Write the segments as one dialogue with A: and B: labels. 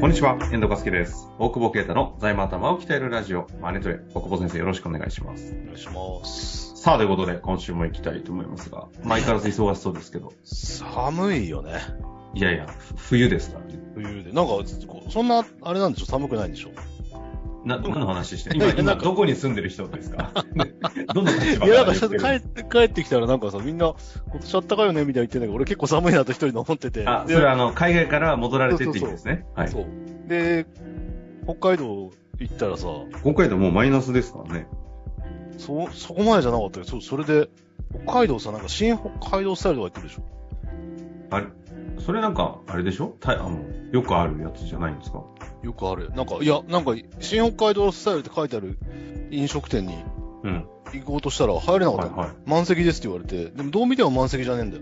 A: こんにちは、遠藤和樹です。大久保啓太の財務頭を鍛えるラジオ、マネトレ。大久保先生、よろしくお願いします。
B: お願いします。
A: さあ、ということで、今週も行きたいと思いますが、まあ、相変わらず忙しそうですけど、
B: 寒いよね。
A: いやいや、ふ冬ですからね。
B: 冬で。なんか、こうそんな、あれなんでしょ寒くないんでしょ
A: な、何の話してる今、今、どこに住んでる人ですかどの立場
B: いや、な
A: から言
B: んかさ
A: って
B: 帰
A: る
B: って、帰ってきたらなんかさ、みんな、今年あったかいよねみたいな言ってんだけど、俺結構寒いなと一人で思ってて。
A: あ、そ
B: で
A: れはあの、海外から戻られてって意味ですね。はい。
B: そう。で、北海道行ったらさ、
A: 今回でもうマイナスですからね。
B: そ、そこまでじゃなかったけど、そうそれで、北海道さ、なんか新北海道スタイルとか言ってるでしょ
A: あれ、それなんか、あれでしょたあの、よくあるやつじゃないんですか
B: よくある。なんか、いや、なんか、新北海道スタイルって書いてある飲食店に
A: うん。
B: 行こうとしたら入れなかっ
A: は
B: た
A: い
B: の
A: は
B: 満席ですって言われて、でもどう見ても満席じゃねえんだ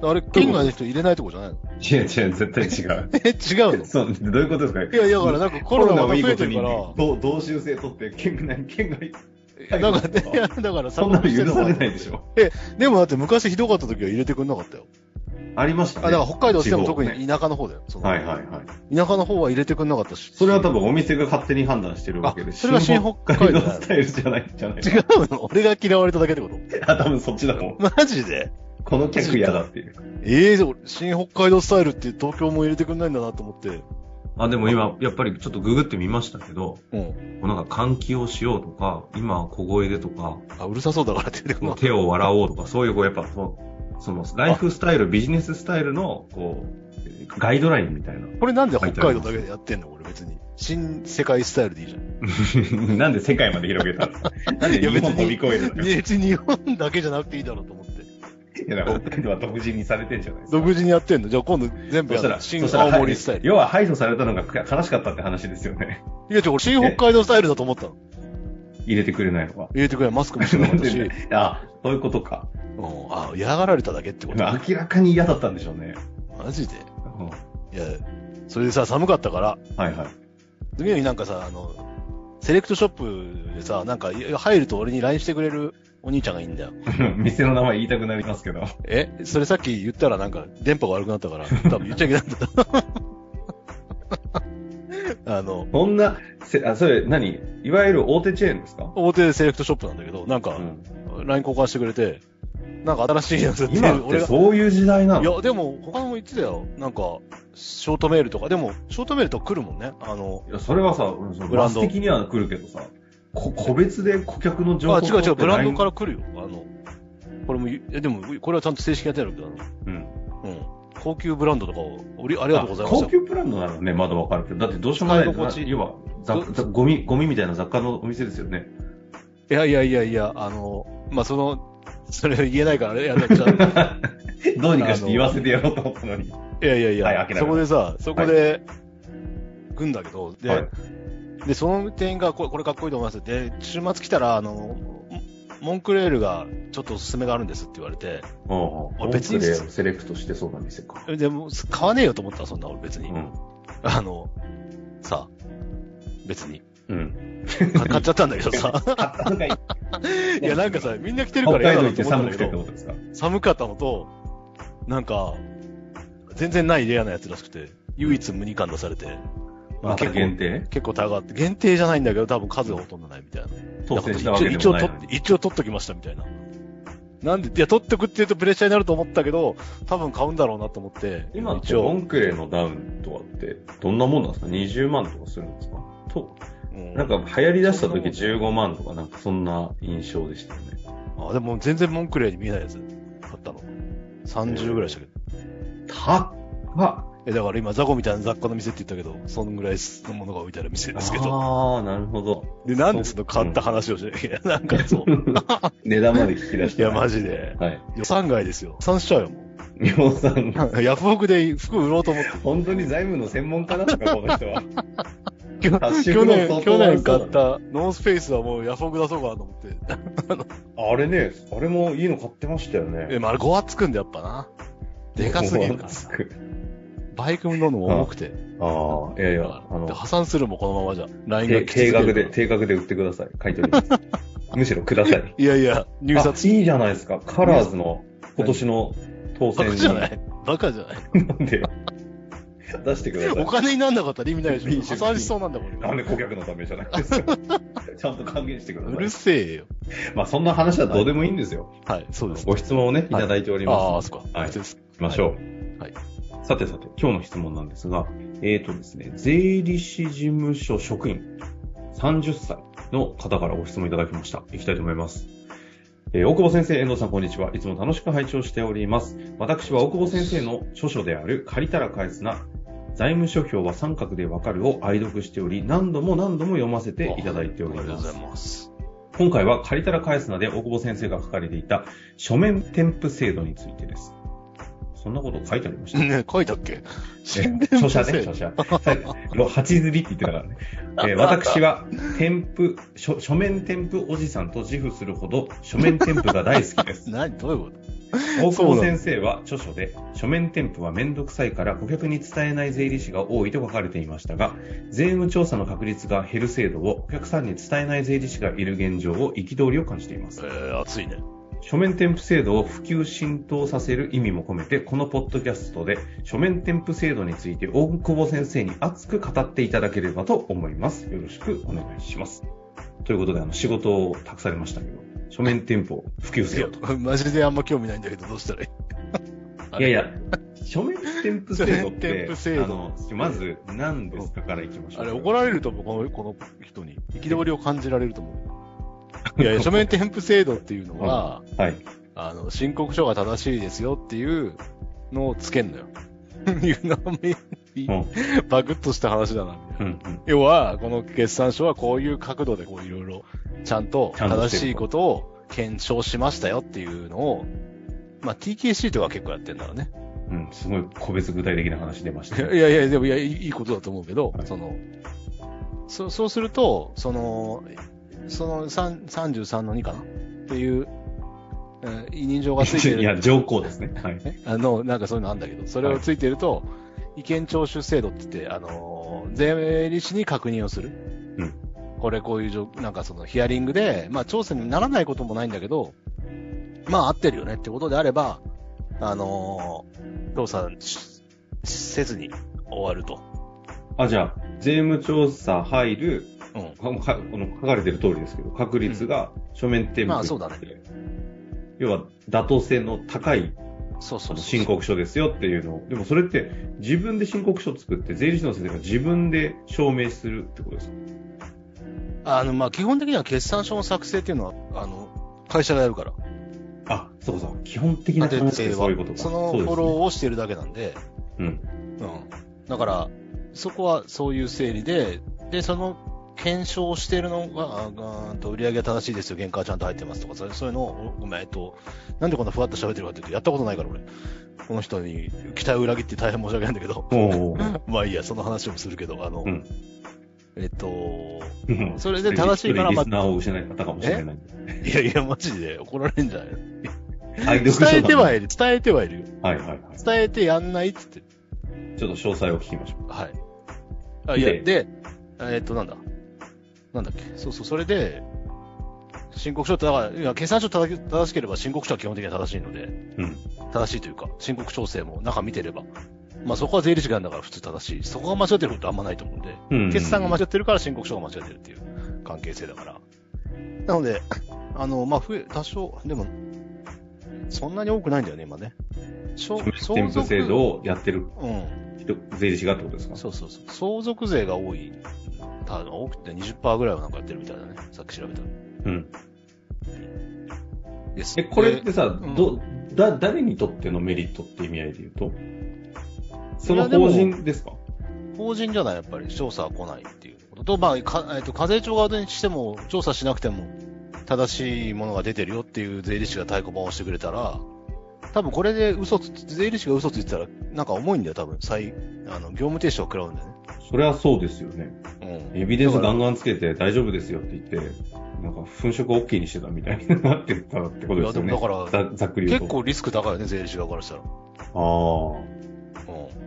B: よ。あれ、県外の人入れないとこじゃないの
A: い。違う違う、絶対違う。
B: え、違うの
A: そう、どういうことですか
B: いや、いやだからなんかコロナがまた増えてるか
A: どう同州制取って、県外、県外、
B: ら、なんか、
A: いいこと
B: いや、 だから。
A: そんなの許されないいでしょ。
B: でもだって昔ひどかった時は入れてくれなかったよ。
A: ありました
B: あ、
A: ね。
B: だから北海道しても特
A: 地方ね
B: に田舎の方だよ。その
A: はいはいはい。
B: 田舎の方は入れてくれなかったし。
A: それは多分お店が勝手に判断してるわけで、
B: あそれが新北海道
A: 新スタイルじゃない、じゃない。
B: 違うの俺が嫌われただけってこと
A: あ、多分そっちだと思う。
B: マジで
A: この客嫌だっていう。
B: ええー、でも新北海道スタイルって東京も入れてくれないんだなと思って。
A: あ、でも今、やっぱりちょっとググってみましたけど、
B: うん。
A: もうなんか換気をしようとか、今は小声でとか、
B: あ、うるさそうだからって言ってくるの。
A: 手を笑おうとか、そういうこう、やっぱその、その、ライフスタイル、ビジネススタイルの、こう、ガイドラインみたいな。
B: これなんで北海道だけでやってんの俺別に。新世界スタイルでいいじゃん。
A: なんで世界まで広げ たのなんで日本飛び越えるのい
B: 別に日本だけじゃなくていいだろうと思って。
A: や、だから北海道は独自にされてんじゃないですか。
B: 独自にやってんのじゃあ今度全
A: そ
B: 部や
A: した
B: る
A: ら、。
B: 新
A: そしたら
B: 青森スタイル。
A: 要は排除されたのがか悲しかったって話ですよね。
B: いや、ちょ、俺新北海道スタイルだと思ったの。
A: 入れてくれ ないのは。
B: 入れてくれ、マスクもしてなかったし。 うん、
A: あ、そういうことか。
B: あ、嫌がられただけってこと。
A: 明らかに嫌だったんでしょうね。
B: マジで。
A: うん
B: いや、それでさ、寒かったから、
A: はいはい。
B: 次の日なんかさ、あの、セレクトショップでさ、なんかい入ると俺に LINE してくれるお兄ちゃんがいいんだよ。
A: 店の名前言いたくなりますけど。
B: えそれさっき言ったらなんか電波が悪くなったから、多分言っちゃいけな かった。あの、
A: そんな、せあそれ何いわゆる大手チェーンですか
B: 大手セレクトショップなんだけど、なんか
A: う、ん
B: LINE 交換してくれて、なんか新しいやつ
A: 今って
B: 俺が
A: そういう時代ないの
B: や、でも、他のも言ってたよ。なんか、ショートメールとか、でも、ショートメールとか来るもんね。あの、
A: いや、それはさ、うんその
B: ブランド
A: バス的には来るけどさ、こ個別で顧客の情報。
B: あ、違う違う、ブランドからら来るよ。あの、これも言う、えでも、これはちゃんと正式にやってるけど、
A: うん。
B: うん。高級ブランドとかを、おりありがとうございま
A: あ
B: し
A: 高
B: たよ。
A: 級ブランドならね、まだわかるけど、だってどうしようもない。
B: 使い心地
A: な要はざざゴミ、ゴミみたいな雑貨のお店ですよね。
B: いやいやいやいや、あの、まあ、その、それ言えないからね、いやだっちゃう
A: どうにかして言わせてやろうと思ったのに。
B: いやいやいや、
A: はい諦めます
B: そこでさ、そこで、来んだけど、で、
A: はい
B: で、その店員がこれ、これかっこいいと思います。で、週末来たら、あの、モモンクレールがちょっとおすすめがあるんですって言われて、
A: おうおう
B: あ別
A: モ
B: に
A: ンクレールセレクトしてそうな店か。
B: でもう買わねえよと思ったらそんな俺別
A: う
B: に。
A: ん。
B: あの、さ、別に。
A: うん。
B: か 買っちゃったんだけどさ。いや、なんかさ、みんな来てるか
A: 北
B: ら
A: 海
B: 嫌
A: 道
B: だ
A: 行
B: な
A: っ
B: と
A: て
B: 思
A: 寒くてってこ、
B: ったんだけど
A: とですか
B: 寒かったのと、なんか、全然ないレアなやつらしくて、唯一無二感出されて、まあ
A: また
B: 結構
A: 限定
B: 結構高がって、限定じゃないんだけど、多分数がほとんどないみたいな。
A: 当選したわ
B: 一
A: け
B: 応
A: で
B: 一応
A: もない
B: 取
A: のに。
B: っ一応取っときましたみたいな。なんで、いや、取っとくって言うとプレッシャーになると思ったけど、多分買うんだろうなと思って、
A: 今って
B: 一
A: モ
B: 応、
A: ンクレールのダウンとはって、どんなもんなんですか ?20 万とかするんですかと、
B: うん
A: なんか流行り出した時15万とかなんかそんな印象でしたよね。
B: あ、でも全然モンクレーに見えないやつ買ったの。30ぐらいしたけど。
A: 高っ
B: え、だから今、ザコみたいな雑貨の店って言ったけど、そんぐらいのものが置いてある店ですけど。
A: ああ、なるほど。
B: で、なんでその買った話をしてるいや、なんかそう。
A: 値段まで聞き出し
B: い
A: た。
B: や、マ
A: ジ。
B: ジで。
A: はい。
B: 予算外ですよ。予算しち ゃうよ、も
A: 洋さん、
B: う。ヤフオクで服売ろうと思って。
A: 本当に財務の専門家なんですか、この人は。
B: 去
A: 達
B: 去
A: 色の相
B: 年、
A: 当
B: 去年買
A: 悪
B: っ
A: そう
B: たノースフェイスはもうヤフオク出そうかなと思って。
A: あれね、あれもいいの買ってましたよね。
B: え、まあ、あれ5つくんだ、やっぱな。でかすぎるから
A: つ
B: さ。
A: く。
B: バイク乗るのも重くて。
A: ああ、いやい
B: で
A: や、あの、
B: 破産するもこのままじゃ。ラインが
A: 定
B: きつす
A: 定
B: ぎるから
A: 額で、定額で売ってください。買い取り ます。むしろください。
B: いやいや、入札
A: あいいじゃないですか。カラーズの今年の当
B: バ
A: 選
B: カ
A: に
B: じゃないバカじゃない
A: なんで、出してくださ
B: お
A: い。
B: 金になんなかったら意味ないで
A: いい
B: しょ。
A: です
B: 破
A: よ
B: 産しそうなんだもん。
A: なんで顧客のためじゃないです か。ちゃんと還元してくだ
B: うる
A: さ
B: せえよ。
A: い。まあそんな話はどうでもいいんですよ。
B: はい、そうです。
A: ご質問をね、いただいております。
B: ああ、そっか。
A: はい
B: 本当です
A: 行きましょう。
B: はい
A: さてさて、今日の質問なんですが、えっ、とですね、税理士事務所職員、30歳の方からご質問いただきました。いきたいと思います。えー大久保先生、遠藤さん、こんにちは。いつも楽しく拝聴しております。私は大久保先生の著書である、借りたら返すな、財務諸表は三角でわかるを愛読しており、何度も何度も読ませていただいており
B: ありが
A: ま
B: と
A: す
B: うござい。ます。
A: 今回は借りたら返すなで大久保先生が書かれていた書面添付制度についてです。そんなこと書いてありました。
B: ね、書いたっけ宣伝
A: 著者
B: 先
A: ね、
B: 生
A: 著者。はいもう八釣りって言ってたから ね。えー私は、添付、書書面添付おじさんと自負するほど書面添付が大好き です。
B: 何どういうこと
A: 大久保先生は著書で、書面添付はめんどくさいから顧客に伝えない税理士が多いと書かれていましたが、税務調査の確率が減る制度をお客さんに伝えない税理士がいる現状を憤りを感じています
B: え。ー、熱いね。
A: 書面添付制度を普及浸透させる意味も込めて、このポッドキャストで書面添付制度について大久保先生に熱く語っていただければと思います。よろしくお願いします。ということで、あの、仕事を託されましたけど、書面添付を普及せよと。
B: マジであんま興味ないんだけど、どうしたらいい
A: いやいや、書面添付制度っ
B: 書面添
A: て
B: 付、制度
A: あの、まず何ですかからいきましょう。
B: あれ、怒られると思う、このこの人に。憤りを感じられると思う。いやいや、 書面添付制度っていうのは、
A: はい。
B: あの、申告書が正しいですよっていうのをつけんのよ。 いうの
A: うん、う
B: め、
A: ん、
B: バグッとした話だな。
A: うん。
B: 要は、この決算書はこういう角度でこういろいろ、ちゃんと
A: ちゃんと
B: 正
A: してる
B: しいことを検証しましたよっていうのを、まあ TKC とか結構やってんだろうね。
A: うん、すごい個別具体的な話出ました
B: い
A: ね。
B: やいやいや、でもいやいいいいことだと思うけど、
A: はい
B: その、そそうすると、その、その3 33の2かなっていう、うん委任状がついて
A: い
B: る。
A: や、上皇ですね。はい。
B: ねあの、なんかそういうのあんだけど、それをついてると、意見徴収制度って言って、あのー、税理士に確認をする。
A: うん
B: これこういう状、なんかそのヒアリングで、まあ調査にならないこともないんだけど、まあ合ってるよねってことであれば、あのー、調査しせずに終わると。
A: あ、じゃあ、税務調査入る、
B: うん。
A: かかこの書かれてる通りですけど、確率が書面添付、
B: まあそうだね。
A: 要は、妥当性の高い
B: そうそ
A: そう
B: そう
A: の申。告書ですよっていうのを、でもそれって自分で申告書を作って、税理士の先生が自分で証明するってことですか
B: あの、まあ基本的には決算書の作成っていうのは、あの、会社がやるから。
A: あ、そうかそうか、基本的な話でそういうことか。
B: その
A: う
B: フ
A: です
B: ォ
A: ね
B: ローをしてるだけなんで、
A: うん。
B: うん。だから、そこはそういう整理で、で、その検証をしてるのが、あがーんと売り上げは正しいですよ、原価はちゃんと入ってますとか、それそういうのを、おごめん、えっと、なんでこんなふわっと喋ってるかっていうと、やったことないから俺、この人に期待を裏切って大変申し訳ないんだけど、
A: おうおうおう
B: まあいいや、その話もするけど、あの、
A: うん
B: えっと、
A: うん
B: それで正しいか
A: それで
B: らま
A: リスナーを失ったかもしれない。
B: いやいや、マジで怒られんじゃないの
A: はい読書だ
B: 伝えてはいる、伝えてはいるよ。
A: はいはいはい。
B: 伝えてやんないっつって。
A: ちょっと詳細を聞きましょ
B: はい。あ、いや、
A: で
B: で、えーっと、なんだ。なんだっけ。そうそう、それで、申告書って、だから、いや、決算書正正しければ申告書は基本的には正しいので、
A: う。うん。
B: 正しいというか、申告調整も中見てれば。まあそこは税理士があるんだから普通正しい。そこが間違ってることはあんまないと思うんで、
A: うん
B: 決算が間違ってるから申告書が間違ってるっていう関係性だから。なので、あの、まあ、増え、多少、でも、そんなに多くないんだよね、今ね。相
A: 添付制度をやってる
B: うん。
A: 人、税理士がってことですか
B: そうそうそう。相続税が多い。多分多くて20%ぐらいはなんかやってるみたいだね。さっき調べたら。
A: うん。
B: です
A: え、これってさ、
B: うん
A: ど、だ、誰にとってのメリットって意味合いで言うとその
B: いやでも
A: 法人ですか
B: 法人じゃない、やっぱり。調査は来ないっていうことと、まあ、かえっと、課税庁側にしても、調査しなくても、正しいものが出てるよっていう税理士が太鼓判を押してくれたら、多分これで嘘つ、税理士が嘘ついてたら、なんか重いんだよ、多分。再、あの、業務停止を食らうんだよ
A: それはそうですよね。
B: ね。うん。
A: エビデンスガンガンつけて大丈夫ですよって言って、なんか粉飾 OK にしてたみたいになってたってことですよ
B: いや
A: ね
B: で。もだか
A: ざざっくり言
B: 結
A: うと。
B: 構リスク高いよね、税理士側からしたら。
A: 構。
B: うん。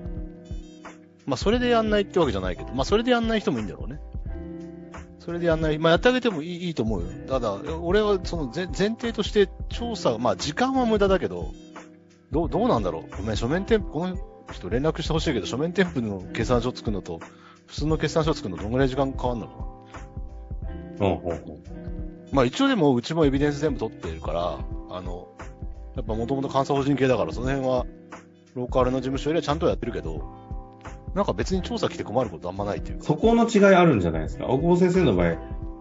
B: まあ、それでやんないってわけじゃないけど、まあ、それでやんない人もいいんだろうね。それでやんない。まあ、やってあげてもいいいいと思うよ。ただ、俺はその前前提として調査、まあ、時間は無駄だけど、どう、どうなんだろう。ごめん、書面添付、このちょっと連絡してほしいけど、書面添付の計算書作るのと、普通の決算書作るのどんぐらい時間変わるのかな
A: うんうんうん。
B: まあ一応でもうちもエビデンス全部取ってるから、あの、やっぱもともと監査法人系だからその辺はローカルの事務所よりはちゃんとやってるけど、なんか別に調査来て困ることあんまないっていうか。
A: そこの違いあるんじゃないですか。大久保先生の場合、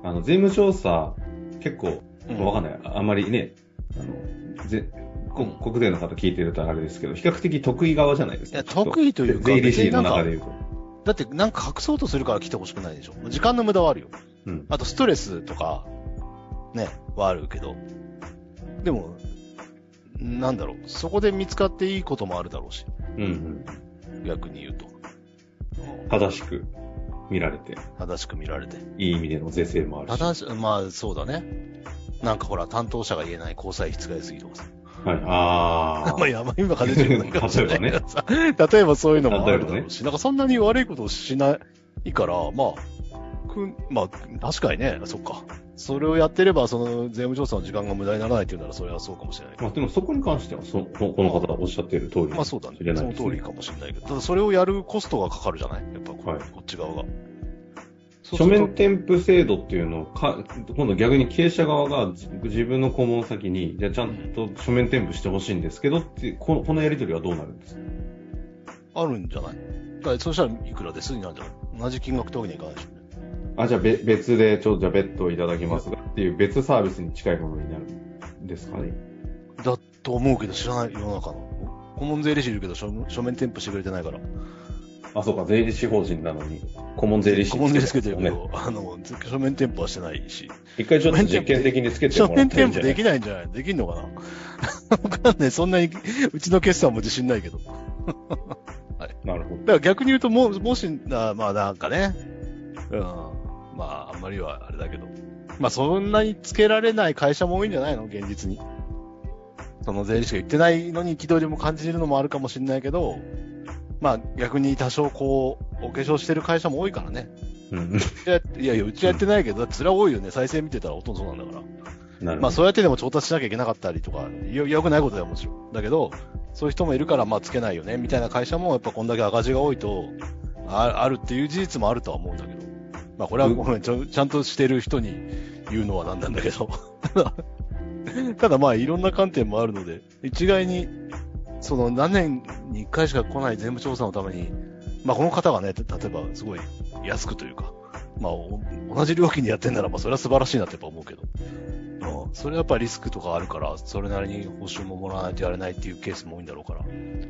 A: あの、税務調査、結構、
B: うん
A: わかんない。あまりね、あの、ぜこ国税の方聞いてるとあれですけど、比較的得意側じゃないです
B: い
A: か。
B: や、
A: きっと
B: 得意というか、
A: 税理
B: 別
A: 士
B: にな
A: の
B: ん
A: 中
B: か
A: で、言うと。
B: だってなんか隠そうとするから来てほしくないでしょ。時間の無駄はあるよ。
A: うん。
B: あとストレスとか、ね、はあるけど。でも、なんだろう、そこで見つかっていいこともあるだろうし、
A: うんうん。
B: 逆に言うと。うん
A: 正しく見られて、
B: 正しく見られて。
A: いい意味での是正もあるし。
B: 正し、まあそうだね。なんかほら、担当者が言えない交際費使いすぎとか さ。
A: はい。あ
B: まあ、
A: あ。
B: いやまあ今風邪なんかもしれないけどさ。 例えば,、そういうのもあるだろうし、なんかそんなに悪いことをしないから、まあ、くんまあ、確かにね、そっか。それをやってれば、その税務調査の時間が無駄にならないっていうなら、それはそうかもしれない。
A: まあ、でもそこに関しては、そここの方がおっしゃっている通り。
B: まあそうだね
A: 知。れな
B: そ
A: い
B: の
A: です
B: 通りかもしれないけど、ただそれをやるコストがかかるじゃないやっぱこ,、
A: はい
B: こっち側が。そうす
A: 書
B: ると
A: 面添付制度っていうのをか、今度逆に経営者側がじ自分の顧問先に、じゃあちゃんと書面添付してほしいんですけどって、このこのやり取りはどうなるんですか
B: あるんじゃないだからそしたらいくらですになるんじゃない同じ金額ってわけにはいかないでしょ。
A: あ、じゃあべ別で、ちょっとじゃあ別途いただきますがっていう別サービスに近いものになるんですかね。
B: だと思うけど知らない世の中の。顧問税理士いるけど書書面添付してくれてないから。
A: あ、そうか、税理士法人なのに、顧問税理士
B: 顧問税理士つけてるけど、あの、書面添付はしてないし。
A: 一回ちょっと実験的につけて
B: 書
A: もらっ
B: 面
A: ていい
B: 添
A: んじ
B: 付
A: ゃな
B: で
A: い
B: きないんじゃないできんのかな わかんない。そんなに、うちの決算も自信ないけど。だか
A: なるほど。
B: ら逆に言うと、もう、もし、あまあなんかね。うん。まあ、あんまりはあれだけど。まあそんなにつけられない会社も多いんじゃないの現実に。その税理士が言ってないのに憤りも感じるのもあるかもしれないけど、まあ逆に多少こう、お化粧してる会社も多いからね。
A: うん。
B: いやいやいや、うちはやってないけど、だってそれは多いよね。再生見てたらほとんどそうなんだから。
A: なるほ
B: まあそうやってでも調達しなきゃいけなかったりとか、よ、よくないことだよ、もちろん。だけど、そういう人もいるから、まあつけないよね、みたいな会社も、やっぱこんだけ赤字が多いと、ああるっていう事実もあるとは思うんだけど。まあこれはごめん、ちょちゃんとしてる人に言うのはなんなんだけど。 ただ、ただまあいろんな観点もあるので、一概に、その何年に1回しか来ない税務調査のために、まあこの方がね、例えばすごい安くというか、まあお同じ料金でやってんなら、まあそれは素晴らしいなってやっぱ思うけど。うんそれやっぱりリスクとかあるから、それなりに報酬ももらわないとやれないっていうケースも多いんだろうから、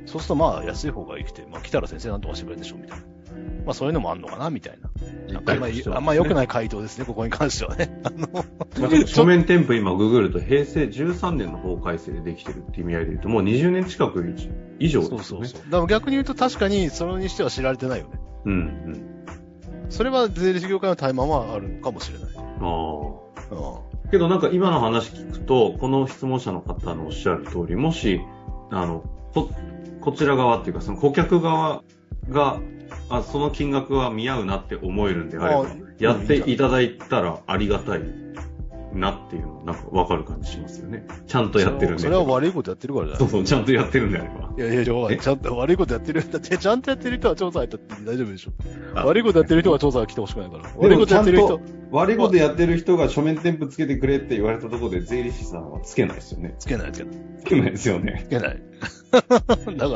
B: そうするとまあ安い方が生きて、まあ来たら先生なんとかしてくれるでしょみたいな。まあそういうのもあんのかなみたいな。なんかあんまりあんま良くない回答ですね、ここに関しては ね。あの、
A: まあでも書面添付今ググると平成13年の法改正でできてるって意味合いで言うともう20年近く以上です
B: そ
A: よ
B: う
A: ね。
B: そうそう。でも逆に言うと確かにそれにしては知られてないよね。
A: うん
B: それは税理士業界の怠慢はあるのかもしれない。
A: う
B: うん。
A: ん。ああ。けどなんか今の話聞くと、この質問者の方のおっしゃる通り、もし、あの、こ、こちら側っていうかその顧客側が、あその金額は見合うなって思えるんであれば
B: ああ、
A: やっていただいたらありがたいなっていうのはなんかわかる感じしますよね。ちゃんとやってるんで。
B: それは悪いことやってるからじゃない
A: そうそう、ちゃんとやってるんであれば。
B: いやいやいや、
A: え
B: ちゃんと悪いことやってる。だって、ちゃんとやってる人は 調査入ったって大丈夫でしょ。
A: あ
B: 悪いことやってる人が調査が来てほしくないから。
A: で
B: 悪い
A: も
B: こと
A: ちゃ
B: や
A: ん
B: ってる人
A: と、、悪いことやってる人が書面添付つけてくれって言われたところで税理士さんはつけないですよね。
B: つけないつけない。
A: つけないですよね。
B: つけない。だか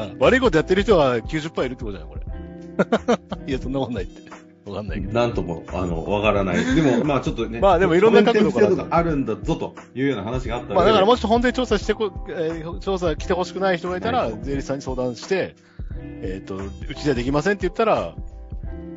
B: ら、悪い ことやってる人が90%いるってことじゃないこれ。 いや、そんなことないって。わかんないけど。
A: なんとも、あの、わから ない。でも、まあちょっとね。
B: まあでもいろんな角度
A: 書面添
B: から
A: 付制度があるんだぞというような話があった
B: まあ、だからも
A: し、
B: し本当に調査してこ、えー調査来てほしくない人がいたら、税理士さんに相談して、えっ、と、うちではできませんって言ったら、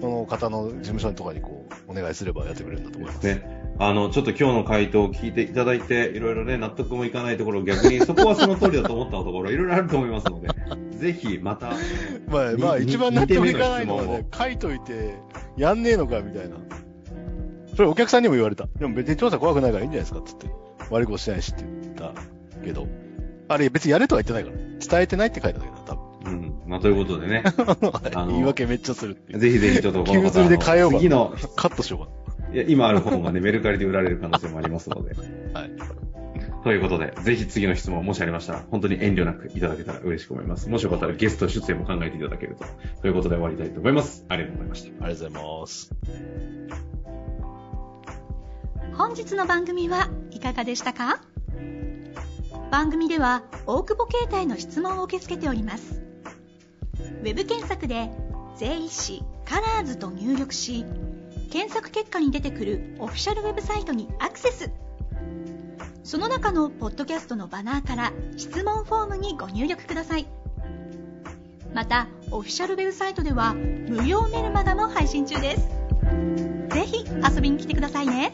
B: この方の事務所とかにこう、お願いすればやってくれるんだと思います。
A: ね。あの、ちょっと今日の回答を聞いていただいて、いろいろね、納得もいかないところ、逆にそこはその通りだと思ったところ、いろいろあると思いますので、 ぜひまた、
B: まあ、
A: に
B: まあ、
A: に
B: 一番納得いかないのは
A: 二手目の
B: ね
A: 質、
B: 書いといて、やんねえのか、みたいな。それお客さんにも言われた。でも別に調査怖くないからいいんじゃないですか、つって。悪いことしてないしって言ったけど。あれ、別にやれとは言ってないから。伝えてないって書いたんだけど、
A: うん、まあということでね、
B: 多分。
A: あの
B: 言い訳めっちゃするっていう。
A: ぜひぜひちょっとこの
B: 急須で変え
A: 方
B: よう
A: の
B: か
A: 次の
B: カットしようか
A: いや、今ある本がね、メルカリで売られる可能性もありますので。
B: はい。
A: ということで、ぜひ次の質問、もしありましたら、本当に遠慮なくいただけたら嬉しく思います。もしよかったらゲスト出演も考えていただけると。ということで終わりたいと思います。ありがとうございました。
B: ありがとうございます。
C: 本日の番組はいかがでしたか番組では大久保携帯の質問を受け付けておりますウェブ検索で「税理士カラーズと入力し検索結果に出てくるオフィシャルウェブサイトにアクセスその中のポッドキャストのバナーから質問フォームにご入力くださいまたオフィシャルウェブサイトでは無料メルマガも配信中ですぜひ遊びに来てくださいね